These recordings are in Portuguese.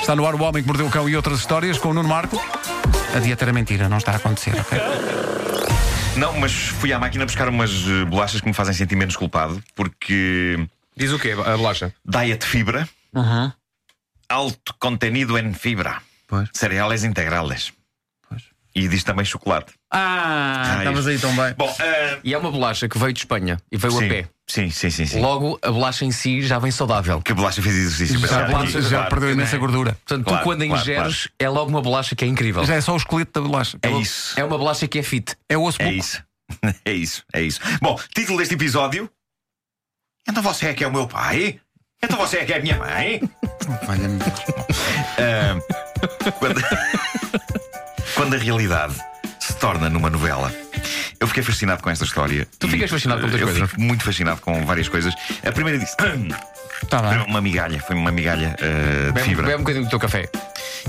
Está no ar o Homem que Mordeu o Cão e outras histórias com o Nuno Marco. A dieta era mentira, não está a acontecer, ok? Não, mas fui à máquina buscar umas eh, bolachas que me fazem sentir menos culpado, porque Diz o quê? A bolacha? diet fibra, alto contenido em fibra, Pois. cereais integrais. Pois. E diz também chocolate. Ah, Ah, estavas aí tão bem. Bom, ah, E é uma bolacha que veio de Espanha e veio a sim, pé. sim, sim, sim, sim. Logo, a bolacha em si já vem saudável. Que bolacha fez exercício? Já, pensar já, aqui. Claro. perdeu imensa gordura. Portanto, tu Claro, quando a claro, ingeres, é logo uma bolacha que é incrível. Já é só o esqueleto da bolacha. É isso. É uma bolacha que é fit. É o osso É buco. isso. É isso, é isso. Bom, título deste episódio. Então você é que é o meu pai? Então você é que é a minha mãe? Olha-me. Ah, quando... quando a realidade se torna numa novela. Eu fiquei fascinado com esta história. Tu E, ficas fascinado com muitas eu coisas? Fico muito fascinado com várias coisas. A primeira disse. Está tá Tá. bem. Uma migalha, foi uma migalha ah, de Bebe, fibra. bebe um bocadinho do teu café.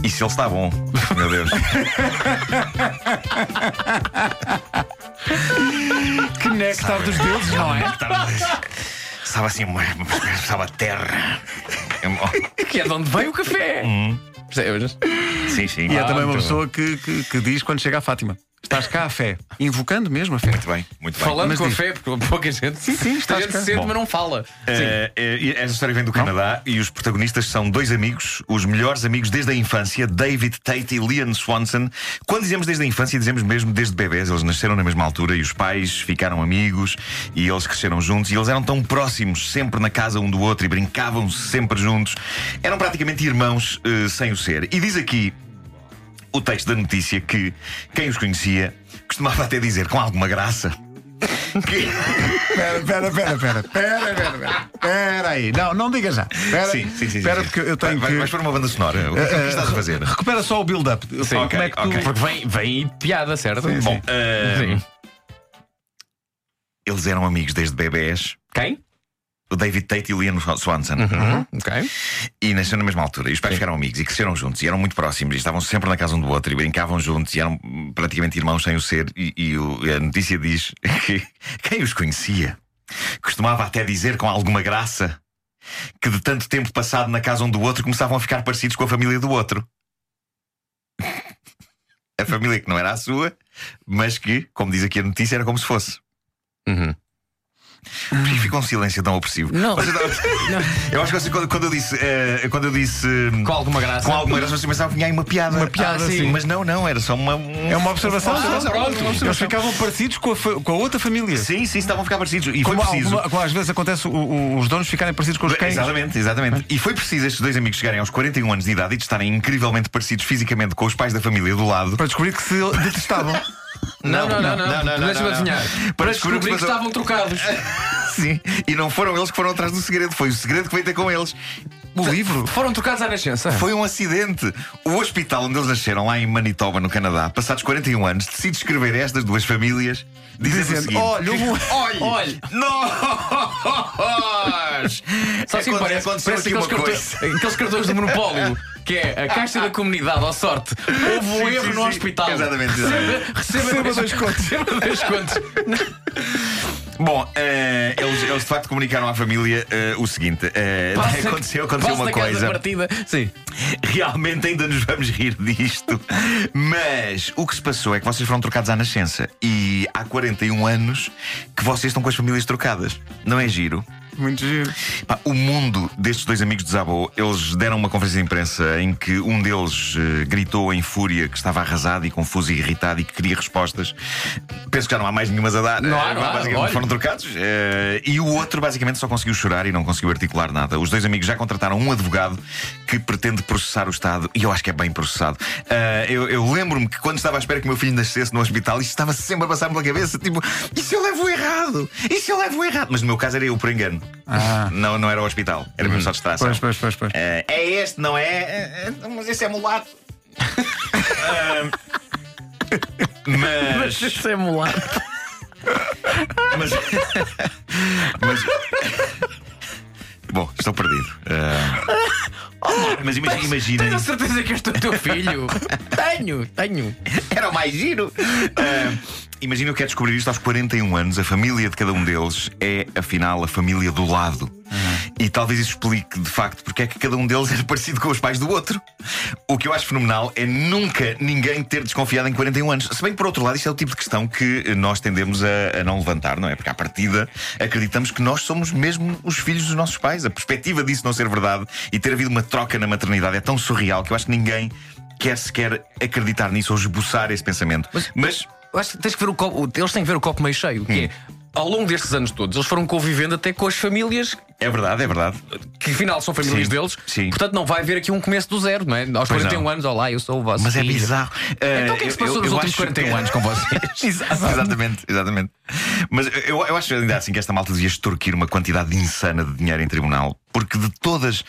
E se ele está bom? Meu Deus. Que néctar dos deuses, não é? Estava, estava assim, uma, estava terra. Que é de onde vem o café. Percebes? Sim, sim. E é Ah, também uma muito pessoa que, que, que diz quando chega à Fátima: Estás cá à fé. Invocando mesmo a fé. Muito bem, muito bem. Falando Mas com diz. a fé, porque pouca gente. Sim, sim, estás gente cá. sente, Bom. mas não fala. Eh, eh, esta história vem do Canadá e os protagonistas são dois amigos, os melhores amigos desde a infância, David Tate e Leon Swanson. Quando dizemos desde a infância, dizemos mesmo desde bebés. Eles nasceram na mesma altura e os pais ficaram amigos e eles cresceram juntos e eles eram tão próximos, sempre na casa um do outro e brincavam sempre juntos. Eram praticamente irmãos eh, sem o ser. E diz aqui o texto da notícia que quem os conhecia costumava até dizer com alguma graça que. Pera, pera, pera, pera. Pera, pera, pera. Pera aí. Não, não diga já. Pera, Sim, sim, sim. Pera, sim. porque eu Vai- tenho vai- que. Vais pôr uma banda sonora. O que é que estás a fazer? Recupera só o build-up. Sim, ok, como é que tu. ok. Porque vem, vem piada, certo? Sim, Bom, sim. Ah, sim. eles eram amigos desde bebés. Quem? O David Tate e o Liam Swanson. Uhum. Ok. E nasceram na mesma altura. E os pais ficaram amigos e cresceram juntos. E eram muito próximos. E estavam sempre na casa um do outro. E brincavam juntos. E eram hum, praticamente irmãos sem o ser. E, e o- a notícia diz que quem os conhecia costumava até dizer com alguma graça que de tanto tempo passado na casa um do outro começavam a ficar parecidos com a família do outro. A família que não era a sua, mas que, como diz aqui a notícia, era como se fosse. Uhum. Por que ficou um silêncio tão opressivo? Não. Vocês Eu acho que assim, quando, quando eu disse. eh, quando eu disse eh, Com alguma graça. com alguma graça, vocês pensavam que tinha aí uma piada. Uma piada, sim. Mas não, não, era só uma. um- É uma observação. Uma observação, Pronto. pronto. Eles ficavam parecidos com a, fa- com a outra família. Sim, sim, estavam a ficar parecidos. E Como, foi preciso. alguma- como às vezes acontece o- o- os donos ficarem parecidos com os cães. Exatamente, exatamente. E foi preciso estes dois amigos chegarem aos 41 anos de idade e de estarem incrivelmente parecidos fisicamente com os pais da família do lado. Para descobrir que se detestavam. Não, não, não, não. Deixa-me adivinhar. Para Para descobrir descobrir que o que se estavam trocados. Sim, e não foram eles que foram atrás do segredo, foi o segredo que veio ter com eles. O livro. Foram trocados à nascença. Foi um acidente. O hospital onde eles nasceram, lá em Manitoba, no Canadá, passados 41 anos, decide escrever estas duas famílias dizendo, Dizendo, o seguinte: "Olha, houve um- olha, olha." nós! Só assim Aconte- parece, aconteceu aqui parece aqueles, é uma Ah, cartões, aqueles cartões do monopólio que é a caixa da comunidade, à sorte. Houve um Sim, erro sim, no sim. hospital. Exatamente, exatamente. Receba, receba dois contos. Receba dois contos. É, Bom, eh, eles, eles de facto comunicaram à família eh, o seguinte: eh, Passa- aconteceu, aconteceu passa uma da casa coisa. partida. Sim. Realmente ainda nos vamos rir disto. Mas o que se passou é que vocês foram trocados à nascença. E há 41 anos que vocês estão com as famílias trocadas. Não é giro? Muito giro. Pá, o mundo destes dois amigos desabou. Eles deram uma conferência de imprensa em que um deles eh, gritou em fúria que estava arrasado e confuso e irritado e que queria respostas. Penso que já não há mais nenhumas a dar. Não há, Eh, não há, basicamente olha. foram trocados. Eh, e o outro basicamente só conseguiu chorar e não conseguiu articular nada. Os dois amigos já contrataram um advogado que pretende processar o Estado e eu acho que é bem processado. Eh, eu eu lembro-me que quando estava à espera que o meu filho nascesse no hospital, isto estava sempre a passar-me pela cabeça. Tipo, e se eu levo errado? E se eu levo errado? Mas no meu caso era eu por engano. Não, não era o hospital, era mesmo só distração. Ah. Uhum. Pois, pois, pois, pois. Eh, é este, não é? Eh, eh, Mas esse é mulato. Ah, mas, Isso é mulato. mas, mas- Bom, estou perdido. Ah, mas ima- imaginem. Tenho a certeza que este é o teu filho. tenho, tenho. Era o mais giro. Ah, imagina o que é um descobrir isto aos 41 anos. A família de cada um deles é, afinal, a família do lado. E talvez isso explique, de facto, porque é que cada um deles era parecido com os pais do outro. O que eu acho fenomenal é nunca ninguém ter desconfiado em 41 anos. Se bem que, por outro lado, isto é o tipo de questão que eh, nós tendemos a, a não levantar, não é? Porque, à partida, acreditamos que nós somos mesmo os filhos dos nossos pais. A perspectiva disso não ser verdade e ter havido uma troca na maternidade é tão surreal que eu acho que ninguém quer sequer acreditar nisso ou esboçar esse pensamento. Mas Eu acho que tens que ver o copo, eles têm que ver o copo meio cheio, que é, Hum. ao longo destes anos todos, eles foram convivendo até com as famílias é verdade, é verdade. que afinal são famílias Sim, deles, sim. portanto não vai haver aqui um começo do zero, não é? Aos Pois 41 não. anos, olá, eu sou o vosso. Mas é filho. bizarro. Eh, Então o que é que se passou nos últimos 41 anos com vocês? exatamente, exatamente. Mas eu, eu acho ainda assim que esta malta devia extorquir uma quantidade insana de dinheiro em tribunal. Porque de todas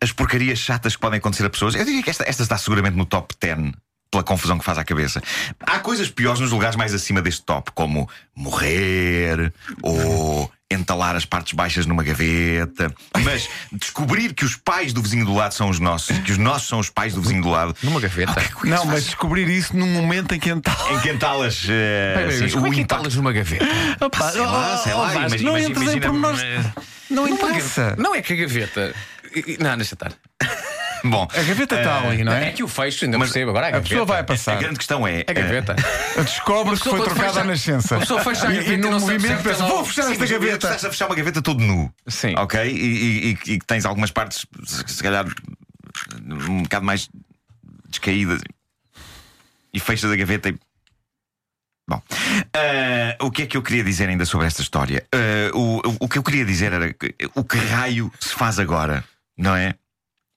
as porcarias chatas que podem acontecer a pessoas, eu diria que esta, esta está seguramente no top 10 pela confusão que faz à cabeça. Há coisas piores nos lugares mais acima deste top, como morrer ou entalar as partes baixas numa gaveta. Mas descobrir que os pais do vizinho do lado são os nossos, que os nossos são os pais do vizinho do lado. Numa gaveta. Ah, que coisa Não, mas descobrir isso num momento em que entra. em quentá-las. eh, Peraí, assim, mas como é o que impacto. entalas numa gaveta? Opa, É, sei lá, sei lá, Ah, Oh, Vasco, imagina- não entres em imagina- pormenores. Não interessa. Não é que a gaveta. Não, deixa estar. Bom, A gaveta está ali, não É é? que o fecho, ainda percebo. Agora é A a gaveta. pessoa vai a passar, grande questão é. A gaveta. descobre que pessoa foi quando trocada fecha- à nascença. a pessoa fecha a E- gaveta E e num não se movimento apercebe pensa: pela- vou fechar Sim, esta mas imagina que gaveta. Estás a fechar uma gaveta todo nu. Sim. Ok? E, e- e- e que tens algumas partes, se se calhar, um bocado mais descaídas. E fechas a gaveta e. Bom, Ah, o que é que eu queria dizer ainda sobre esta história? Ah, o, o que eu queria dizer era que- o que raio se faz agora, não é?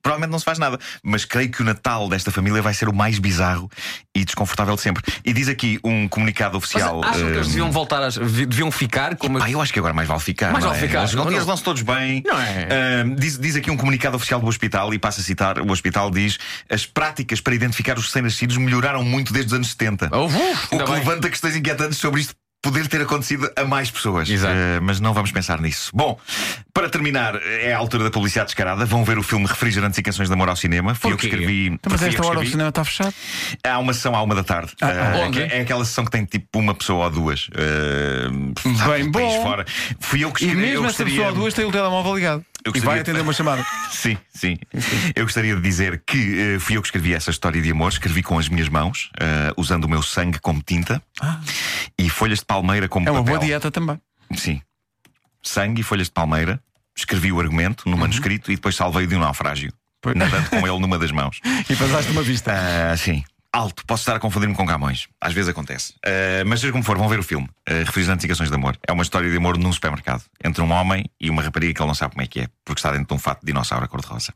Provavelmente não se faz nada, mas creio que o Natal desta família vai ser o mais bizarro e desconfortável de sempre. E diz aqui um comunicado Mas oficial. acham que eles eh, ah, deviam voltar às. deviam ficar como. ah, eu acho que agora mais vale ficar. Mais não vale é? ficar, Eles, não, eles não. vão-se todos bem. Não é? Ahm, diz, diz aqui um comunicado oficial do hospital e passa a citar: o hospital diz as práticas para identificar os recém-nascidos melhoraram muito desde os anos 70. Oh, uh, o ainda que bem. levanta questões inquietantes sobre isto. Poder ter acontecido a mais pessoas. Exato. Ah, mas não vamos pensar nisso. Bom, para terminar, é a altura da publicidade descarada. Vão ver o filme Refrigerantes e Canções de Amor ao Cinema. Fui eu que Porquê? escrevi. Então, Mas fui eu esta que hora o escrevi. cinema está fechado. Há uma sessão à uma da tarde. Ah, onde? que é aquela sessão que tem tipo uma pessoa ou duas. Ah, Bem país bom. Fora. Fui eu que E escrevi. eu mesmo essa gostaria- pessoa ou duas tem o telemóvel ligado. Eu E gostaria- vai atender uma chamada. Sim, sim. Eu gostaria de dizer que eh, fui eu que escrevi essa história de amor. Escrevi com as minhas mãos, eh, usando o meu sangue como tinta e folhas de palmeira como Ah. É uma papel. boa dieta também. Sim. Sangue e folhas de palmeira. Escrevi o argumento Uhum. no manuscrito e depois salvei-o de um naufrágio. Nadando com ele numa das mãos. E passaste uma vista. Ah, sim. Alto, posso estar a confundir-me com Camões. Às vezes acontece. Ah, mas seja como for, vão ver o filme. Uh, Refrigerantes e Canções de Amor. É uma história de amor num supermercado. Entre um homem e uma rapariga que ele não sabe como é que é, porque está dentro de um fato de dinossauro à cor-de-rosa.